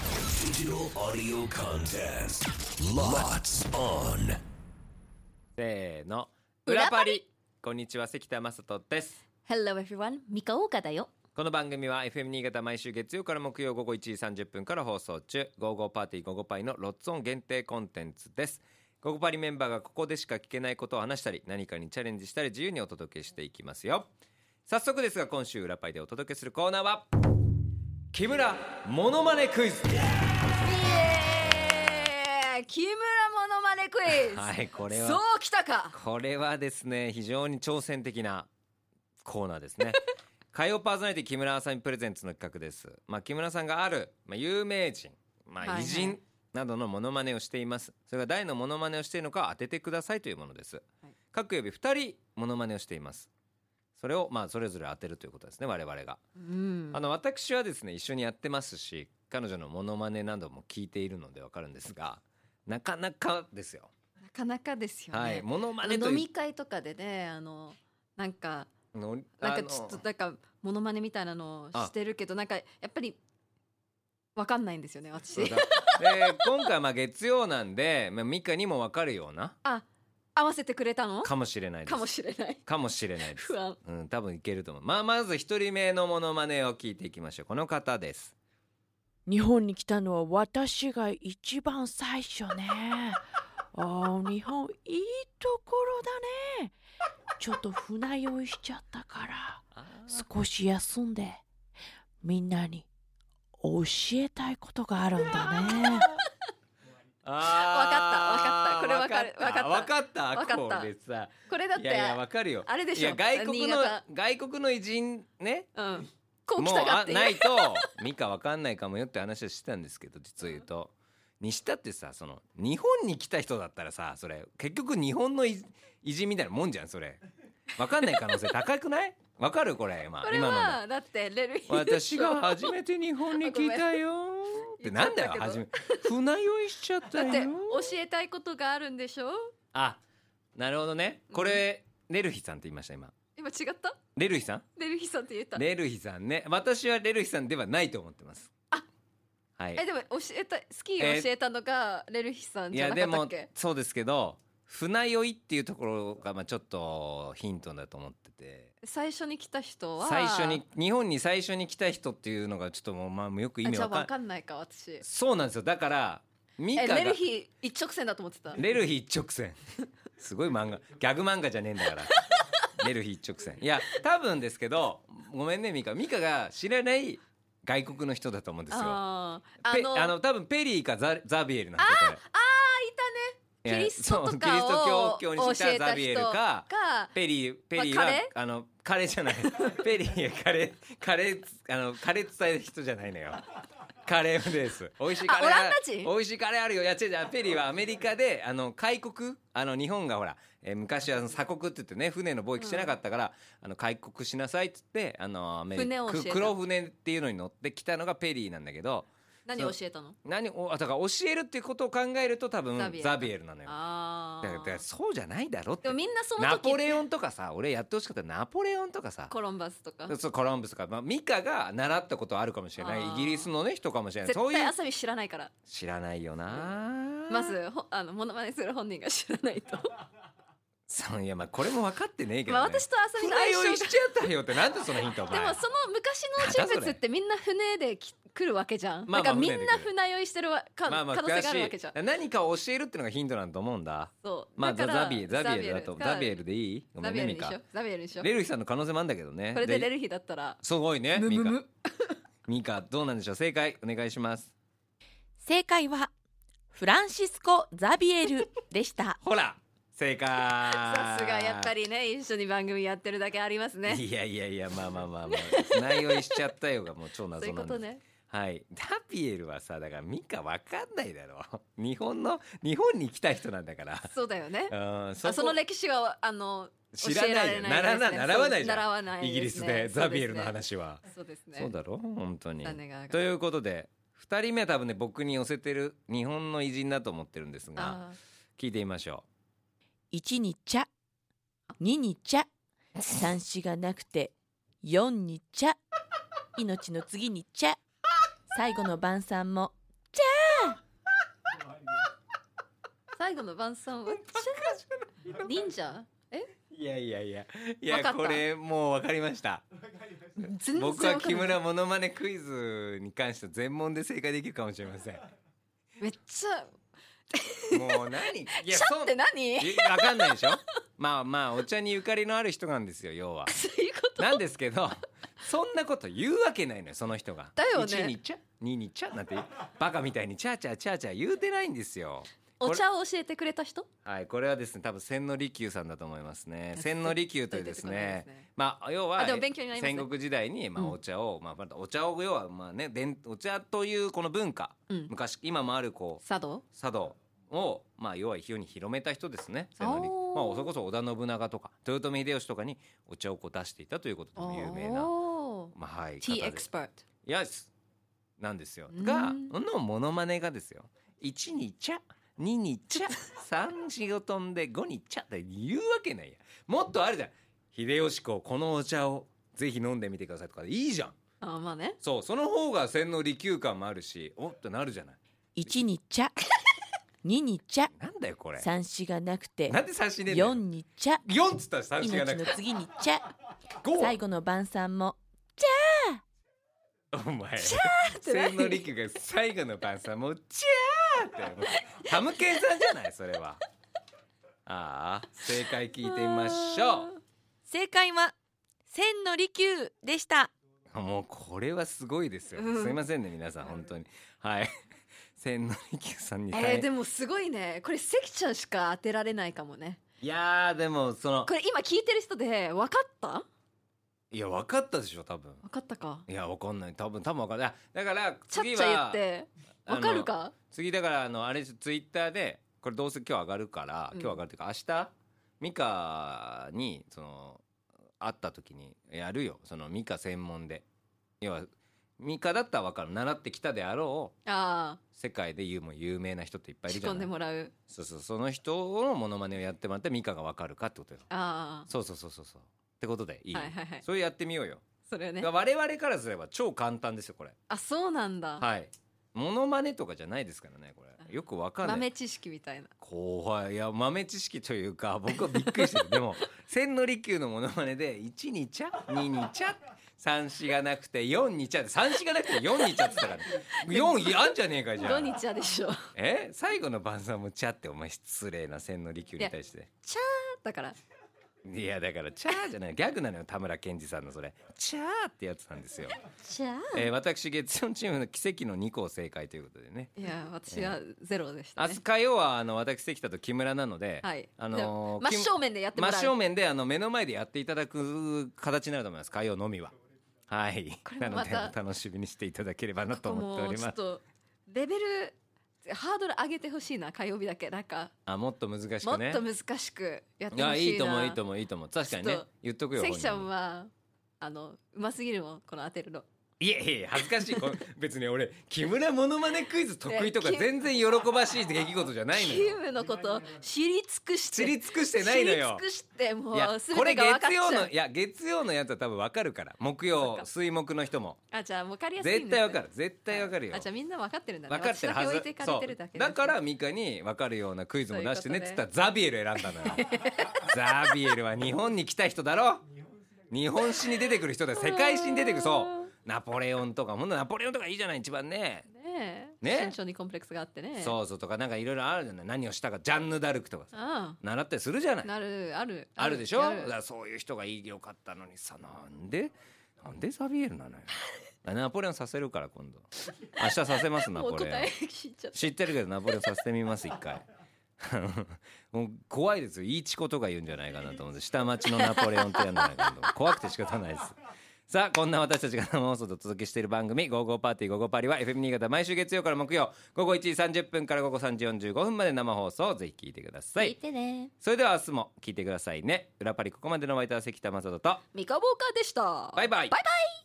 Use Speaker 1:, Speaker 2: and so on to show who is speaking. Speaker 1: Digital audio contest. Lots on.
Speaker 2: せーの
Speaker 3: 裏
Speaker 2: 裏
Speaker 3: パ
Speaker 2: パリこんにちは関田正人です
Speaker 3: Hello everyone, ミカオーカだよ。
Speaker 2: この番組は FM 新潟毎週月曜から木曜午後1時30分から放送中「55パーティー55パイ」のロッツオン限定コンテンツです55パリメンバーがここでしか聞けないことを話したり何かにチャレンジしたり自由にお届けしていきますよ早速ですが今週裏パイでお届けするコーナーは木村モノマネクイズ
Speaker 3: イエーイ木村モノマネクイズ、
Speaker 2: はいこれは
Speaker 3: そうきたか
Speaker 2: これはですね非常に挑戦的なコーナーです ね火曜パーソナリティ木村あさみプレゼンツの企画です、まあ、木村さんがある、まあ、有名人、ま
Speaker 3: はいは
Speaker 2: あ、
Speaker 3: い
Speaker 2: 偉人などのモノマネをしていますそれが誰のモノマネをしているのか当ててくださいというものです、
Speaker 3: はい
Speaker 2: 各曜日2人モノマネをしていますそれをまあそれぞれ当てるということですね我々が、
Speaker 3: うん
Speaker 2: あの私はですね一緒にやってますし彼女のモノマネなども聞いているのでわかるんですがなかなかですよ
Speaker 3: なかなかですよね。
Speaker 2: はいモノマ
Speaker 3: あ
Speaker 2: ネと
Speaker 3: の
Speaker 2: い
Speaker 3: 飲
Speaker 2: う
Speaker 3: み会とかでね、あの、なんか、
Speaker 2: の
Speaker 3: なん
Speaker 2: あ
Speaker 3: か
Speaker 2: の
Speaker 3: ちょっと、なんか、モノマネみたいなのをしてるけど、なんか、やっぱり、わかんないんですよね、私
Speaker 2: そう。だで今回はまあ月曜なんで、まあ、ミカにも分かるような
Speaker 3: あ、合わせてくれたの
Speaker 2: かもしれないです
Speaker 3: かもしれない。
Speaker 2: かもしれないです
Speaker 3: 不、安。
Speaker 2: うん、多分いけると思う、まあ、まず一人目のモノマネを聞いていきましょうこの方です
Speaker 4: 日本に来たのは私が一番最初ね。ああ、日本いいところだね。ちょっと船酔いしちゃったから、少し休んで、みんなに教えたいことがあるんだね。
Speaker 2: あー
Speaker 3: わかったわかったこれわかる
Speaker 2: わかったわか
Speaker 3: わか
Speaker 2: った
Speaker 3: った
Speaker 2: これさ
Speaker 3: これだっ
Speaker 2: い
Speaker 3: て、
Speaker 2: やいやわかるよ
Speaker 3: あれでしょ
Speaker 2: いや外国の
Speaker 3: 新潟
Speaker 2: 外国の偉人ね
Speaker 3: うん。 こう
Speaker 2: もう
Speaker 3: 来たか
Speaker 2: あ
Speaker 3: っていう。
Speaker 2: ないとミカわかんないかもよって話をしてたんですけど実を言うと西田ってさその日本に来た人だったらさそれ結局日本のい偉人みたいなもんじゃんそれわかんない可能性高くないわかるこれ今
Speaker 3: これ
Speaker 2: 今の
Speaker 3: は、だって、レルイ。
Speaker 2: 私が初めて日本に来たよっ
Speaker 3: ごめ
Speaker 2: て
Speaker 3: ん
Speaker 2: なんだよ
Speaker 3: 言っちゃった
Speaker 2: 初
Speaker 3: け
Speaker 2: め船酔いしちゃった
Speaker 3: だ って
Speaker 2: よ
Speaker 3: 教えたいことがあるんでしょ
Speaker 2: あなるほどねこれ、レルヒさんって言いました今
Speaker 3: 今違った
Speaker 2: レルヒさん
Speaker 3: デルヒさんって言った、
Speaker 2: レルヒさんね私はレルヒさんではないと思ってます
Speaker 3: あ
Speaker 2: はい
Speaker 3: えでも教えたスキーを教えたのがレルヒさん
Speaker 2: い
Speaker 3: じゃ
Speaker 2: や
Speaker 3: な
Speaker 2: で
Speaker 3: かったっ
Speaker 2: も
Speaker 3: け
Speaker 2: そうですけど船酔いっていうところがまあちょっとヒントだと思ってて
Speaker 3: 最初に来た人は
Speaker 2: 最初に日本に最初に来た人っていうのがちょっともうまあよく意
Speaker 3: あ
Speaker 2: 味
Speaker 3: じゃあ
Speaker 2: わか
Speaker 3: 分
Speaker 2: ん
Speaker 3: かんないか私
Speaker 2: そうなんですよだからミ
Speaker 3: え
Speaker 2: カが
Speaker 3: レルヒ一直線だと思ってた
Speaker 2: レルヒ一直線 すごい漫画ギャグ漫画じゃねえんだ からレルヒ一直線いや多分ですけどごめんねミカミカが知らない外国の人だと思うんですよ
Speaker 3: あーあ
Speaker 2: ペ
Speaker 3: の
Speaker 2: あの多分ペリーかザザビエルなんですよこれいや
Speaker 3: キリスト
Speaker 2: そうキ
Speaker 3: と
Speaker 2: リス
Speaker 3: か
Speaker 2: ト
Speaker 3: を
Speaker 2: 教教に
Speaker 3: 教え
Speaker 2: した
Speaker 3: た
Speaker 2: ザビエル
Speaker 3: 人
Speaker 2: か
Speaker 3: が
Speaker 2: ペリーペリー
Speaker 3: ま
Speaker 2: は、
Speaker 3: あカレ
Speaker 2: あ、のカレーじゃ ないペリーはカレーカレーあのカレー伝える人じゃないのよカレーです美味しいカレー
Speaker 3: あオランダ人
Speaker 2: 美味しいカレーあるよいや違う違うペリーはアメリカであの開国あの日本がほら、えー昔はあの鎖国って言ってね船の貿易してなかったから、あの開国しなさいって言ってあのアメリ
Speaker 3: 船を教えた
Speaker 2: く黒船っていうのに乗ってきたのがペリーなんだけど
Speaker 3: 何を教えたの
Speaker 2: 何をあだから教えるっていうことを考えると多分
Speaker 3: ザビエル
Speaker 2: ザビエルなのよ
Speaker 3: あ
Speaker 2: だからだから
Speaker 3: ー
Speaker 2: そうじゃないだろって
Speaker 3: でもみんなその
Speaker 2: ナポ
Speaker 3: 時
Speaker 2: レオンとかさ俺やってほしかったナポレオンとかさ
Speaker 3: コロンバスとか
Speaker 2: そうコロンブスとか、まあ、ミカが習ったことあるかもしれない
Speaker 3: あー
Speaker 2: イギリスのね人かもしれないそう
Speaker 3: 絶
Speaker 2: い
Speaker 3: 対
Speaker 2: う
Speaker 3: 朝日知らないから
Speaker 2: 知らないよな
Speaker 3: まずほあのモノマネする本人が知らないと
Speaker 2: そういやまあこれも分かってねえけど、ね
Speaker 3: まあ私とあさみの
Speaker 2: 船酔
Speaker 3: 相
Speaker 2: い
Speaker 3: 性
Speaker 2: しちゃったよってなんでそのヒントお
Speaker 3: がで
Speaker 2: 前
Speaker 3: もその昔の人物ってみんな船でき来るわけじゃ
Speaker 2: まあ
Speaker 3: ん、
Speaker 2: まあ
Speaker 3: だからみん
Speaker 2: 船で
Speaker 3: な
Speaker 2: 来る
Speaker 3: 船酔いしてるわか、
Speaker 2: まあまあ
Speaker 3: 可能性があるわ
Speaker 2: 詳
Speaker 3: けじ
Speaker 2: し
Speaker 3: ゃん
Speaker 2: い何かを教えるってのがヒントなんだと思うんだ
Speaker 3: そう
Speaker 2: まあ
Speaker 3: だ
Speaker 2: ザ
Speaker 3: から
Speaker 2: ザビエルザビエルだとザビエ
Speaker 3: ル
Speaker 2: ルでいいごめ
Speaker 3: ザ
Speaker 2: ん
Speaker 3: ビエ
Speaker 2: ねミ
Speaker 3: ルにし
Speaker 2: カ
Speaker 3: ようザビエルにしよ
Speaker 2: レルヒさんの可能性もあるんだけどね
Speaker 3: うこれでレ
Speaker 2: ル
Speaker 3: ルヒだったら
Speaker 2: すごいね
Speaker 3: む
Speaker 2: ミ
Speaker 3: む
Speaker 2: カ
Speaker 3: む
Speaker 2: ミカどうなんでしょう正解お願いします
Speaker 4: 正解は、フランシスコ・ザビエルでした。
Speaker 2: ほら正解
Speaker 3: さ
Speaker 2: さ
Speaker 3: すがやっぱりね一緒に番組やってるだけありますね
Speaker 2: いやいやいやまあまあまあま あ内容いしちゃったよがもう超謎なんで
Speaker 3: そういうこ
Speaker 2: す
Speaker 3: とね
Speaker 2: はいダピエルはさだからミカわかんないだろ日本の日本に来た人なんだ から
Speaker 3: そうだよね
Speaker 2: うん
Speaker 3: あその歴史はあの
Speaker 2: 知らないよ
Speaker 3: 教えられ
Speaker 2: なら
Speaker 3: で
Speaker 2: な
Speaker 3: すね
Speaker 2: 習わないじ
Speaker 3: そう習
Speaker 2: ゃ
Speaker 3: わなんい
Speaker 2: イギリ
Speaker 3: す
Speaker 2: ス
Speaker 3: ね
Speaker 2: でザビエルの
Speaker 3: そうです
Speaker 2: 話
Speaker 3: ね
Speaker 2: は
Speaker 3: そうですね
Speaker 2: そうだろ本当に
Speaker 3: 種が
Speaker 2: ということで2人目は多分ね僕に寄せてる日本の偉人だと思ってるんですが
Speaker 3: あ
Speaker 2: 聞いてみましょ
Speaker 4: 1に茶、2に茶、3子がなくて、4に茶、命の次に茶、最後の晩餐も、茶
Speaker 3: 最後の 晩餐は忍者え
Speaker 2: いやいやいやい
Speaker 3: わ
Speaker 2: や
Speaker 3: かった
Speaker 2: これもう分かりました
Speaker 3: 全然
Speaker 2: 僕は
Speaker 3: わかんな
Speaker 2: 木
Speaker 3: い
Speaker 2: 村モノマネクイズに関して全問で正解できるかもしれま せん
Speaker 3: めっちゃ
Speaker 2: もう何い
Speaker 3: 「ち
Speaker 2: や
Speaker 3: ゃ」って
Speaker 2: な
Speaker 3: 何そ
Speaker 2: 分かんないでしょまあまあお茶にゆかりのある人なんですよ要 は
Speaker 3: ういうこと
Speaker 2: なんですけどそんなこと言うわけないのよその人が
Speaker 3: だよね
Speaker 2: 1にちゃ2にちゃなんてバカみたいにチャーチャーチャーチャー言うてないんですよこれ
Speaker 3: お茶を教えてくれた人
Speaker 2: はいこれはですね多分千利休さんだと思いますね千利休というですねまあ要は
Speaker 3: あでも勉強になりますね
Speaker 2: 戦国時代にまあ
Speaker 3: うん
Speaker 2: お茶を、まあまたお茶を要はまあね伝お茶というこの文化、
Speaker 3: うん
Speaker 2: 昔今もあるこう
Speaker 3: 茶道
Speaker 2: 茶道をまあ要は非常に広めた人ですね。千利
Speaker 3: あー
Speaker 2: まあそれこそ織田信長とか豊臣秀吉とかにお茶をこう出していたということでも有名な
Speaker 3: おー
Speaker 2: まあはい方
Speaker 3: Tea
Speaker 2: で
Speaker 3: expert
Speaker 2: いやすなんですよ
Speaker 3: う。ん
Speaker 2: がのモノマネがですよ1に「茶」2に「茶」3時を飛んで5に「茶」って言うわけないやもっとあるじゃん秀吉公このお茶をぜひ飲んでみてくださいとかでいいじゃん
Speaker 3: あまあね
Speaker 2: そうその方が千利休感もあるしおっとなるじゃない
Speaker 4: 1に茶2に茶
Speaker 2: なんだよこれ
Speaker 4: 3子がなくて
Speaker 2: なんで差しねんだ
Speaker 4: 4
Speaker 2: よ
Speaker 4: に茶
Speaker 2: 4っつったら三子が
Speaker 4: 命
Speaker 2: な
Speaker 4: の
Speaker 2: くて
Speaker 4: 次に茶最
Speaker 2: 5
Speaker 4: 後の晩餐も
Speaker 2: お前
Speaker 3: て何
Speaker 2: 千利休が最後の晩餐もう「チャー!」ってもうタムケンさんじゃないそれはああ正解聞いてみましょ
Speaker 4: 正解は千利休でした
Speaker 2: うもうこれはすごいですよ、
Speaker 3: うん
Speaker 2: すいませんね皆さん本当にはい 千利休さんに
Speaker 3: え
Speaker 2: 大
Speaker 3: ー、でもすごいねこれ関ちゃんしか当てられないかもね
Speaker 2: いやーでもその
Speaker 3: これ今聞いてる人で分かった
Speaker 2: いや分かったでしょ多分
Speaker 3: 分かったか
Speaker 2: いや分かんない多分多分分かんないあだから
Speaker 3: ちゃっ
Speaker 2: 次
Speaker 3: ちゃ言
Speaker 2: は
Speaker 3: って
Speaker 2: あの
Speaker 3: 分かるか
Speaker 2: 次だからあのあれツイッターでこれどうせ今日上がるから、
Speaker 3: うん
Speaker 2: 今日上がるというか明日ミカにその会った時にやるよそのミカ専門で要はミカだったら分かる習ってきたであろう
Speaker 3: あ
Speaker 2: 世界で言うも有名な人っていっ
Speaker 3: あ
Speaker 2: ぱいい
Speaker 3: 仕
Speaker 2: るじゃ
Speaker 3: 込ん
Speaker 2: な
Speaker 3: で
Speaker 2: い
Speaker 3: もらう
Speaker 2: そうそうその人のモノマネをやってもらってミカが分かるかってことよ
Speaker 3: あ
Speaker 2: そうそうそうそうそうってことでいい、
Speaker 3: あはいはいはい
Speaker 2: それやってみようよ、
Speaker 3: それね
Speaker 2: 我々からすれば超簡単ですよこれ
Speaker 3: あそうなんだ、
Speaker 2: はいモノマネとかじゃないですからねこれよく分かんない
Speaker 3: 豆知識みたいな
Speaker 2: 後輩いや豆知識というか 僕はびっくりしてるでも千利休のモノマネで1に茶2に茶3子がなくて4に茶3子がなくて4に茶って言ったから4あんじゃねえかじゃ
Speaker 3: 土
Speaker 2: ん
Speaker 3: 日はでしょ
Speaker 2: え最後の晩餐も茶ってお前失礼な千利休に対して
Speaker 3: だから
Speaker 2: いやだから茶じゃないギャグなのよ田村健二さんのそれ茶ってやつなんですよ、
Speaker 3: じゃあ
Speaker 2: えー私月曜チームの奇跡の2校正解ということでね
Speaker 3: いや私はゼロでした
Speaker 2: 明
Speaker 3: ね
Speaker 2: 日、火曜はあの私関田と木村なので、
Speaker 3: はい
Speaker 2: あのー
Speaker 3: でも真正面でやっても
Speaker 2: 真
Speaker 3: らう
Speaker 2: 正面であの目の前でやっていただく形になると思います火曜のみははい
Speaker 3: こ
Speaker 2: な
Speaker 3: れも
Speaker 2: の
Speaker 3: ま
Speaker 2: で
Speaker 3: た
Speaker 2: お楽しみにしていただければなと思ってお
Speaker 3: もう
Speaker 2: り
Speaker 3: ちょ
Speaker 2: ま
Speaker 3: っ
Speaker 2: す
Speaker 3: とレベルハードル上げてほしいな火曜日だけなんか
Speaker 2: あもっと難しくね
Speaker 3: もっと難しくやってほしいない
Speaker 2: やいいと思ういいと思ういいと思う確かにね
Speaker 3: ちょっと
Speaker 2: 言っとくよ
Speaker 3: 関ちゃん
Speaker 2: 本人に
Speaker 3: はあのうますぎるもんこの当てるの
Speaker 2: いえいえ恥ずかしいこ 別に俺木村モノマネクイズ得意とか
Speaker 3: いや
Speaker 2: 全然喜ばしい出来事じゃないの
Speaker 3: チー
Speaker 2: よ
Speaker 3: ムのこと知り尽くして
Speaker 2: 知り尽くしてないのよ
Speaker 3: 知り尽くしても
Speaker 2: いや
Speaker 3: うす
Speaker 2: これ
Speaker 3: べてが分か
Speaker 2: 月
Speaker 3: っちゃ
Speaker 2: 曜
Speaker 3: う
Speaker 2: のいや月曜のやつは多分わかるから木曜
Speaker 3: そっか
Speaker 2: 水木の人も
Speaker 3: あじゃあもう分かりやすいんです
Speaker 2: 絶
Speaker 3: ね
Speaker 2: 対わかる絶対わかるよ
Speaker 3: あじゃあみんな分かってるんだね
Speaker 2: 分かってるは
Speaker 3: 私だけ
Speaker 2: ず
Speaker 3: 置いてか
Speaker 2: そ
Speaker 3: れてるだけ
Speaker 2: う
Speaker 3: で
Speaker 2: だからミカに分かるようなクイズも出してねっつったらザビエル選んだの よザビエルは日本に来た人だろ日本史に出てくる人だよ世界史に出てくるそうナポレオンとかほんとナポレオンとかいいじゃない一番ね
Speaker 3: ねえ
Speaker 2: ね
Speaker 3: 身長にコンプレックスがあってねう
Speaker 2: そうそうとかなんかいろいろあるじゃない何をしたかジャンヌ・ダルクとかさ
Speaker 3: あ
Speaker 2: 習ったりするじゃな
Speaker 3: あ
Speaker 2: い
Speaker 3: なるある
Speaker 2: あるでしょ
Speaker 3: な
Speaker 2: だからそういう人がいいよかったのにさなんでなんでザビエルな のよナポレオンさせるから今度明日させますナ
Speaker 3: もう
Speaker 2: ポレオン
Speaker 3: 答え聞いちゃった
Speaker 2: 知ってるけどナポレオンさせてみます一回 もう怖いですよいいチコとか言うんじゃないかなと思うんで下町のナポレオンってやんじゃないかなと思う怖くて仕方ないですさあこんな私たちが生放送でお届けしている番組「ゴーゴーパーティーゴーゴーパリ」は FM 新潟毎週月曜から木曜午後1時30分から午後3時45分まで生放送ぜひ聞いてくださ
Speaker 3: 聞い
Speaker 2: い
Speaker 3: てね
Speaker 2: それでは明日も聞いてくださいね裏パリここまでのワイター関田正人と
Speaker 3: ミカボーカーでした
Speaker 2: バイバイ
Speaker 3: バイバイ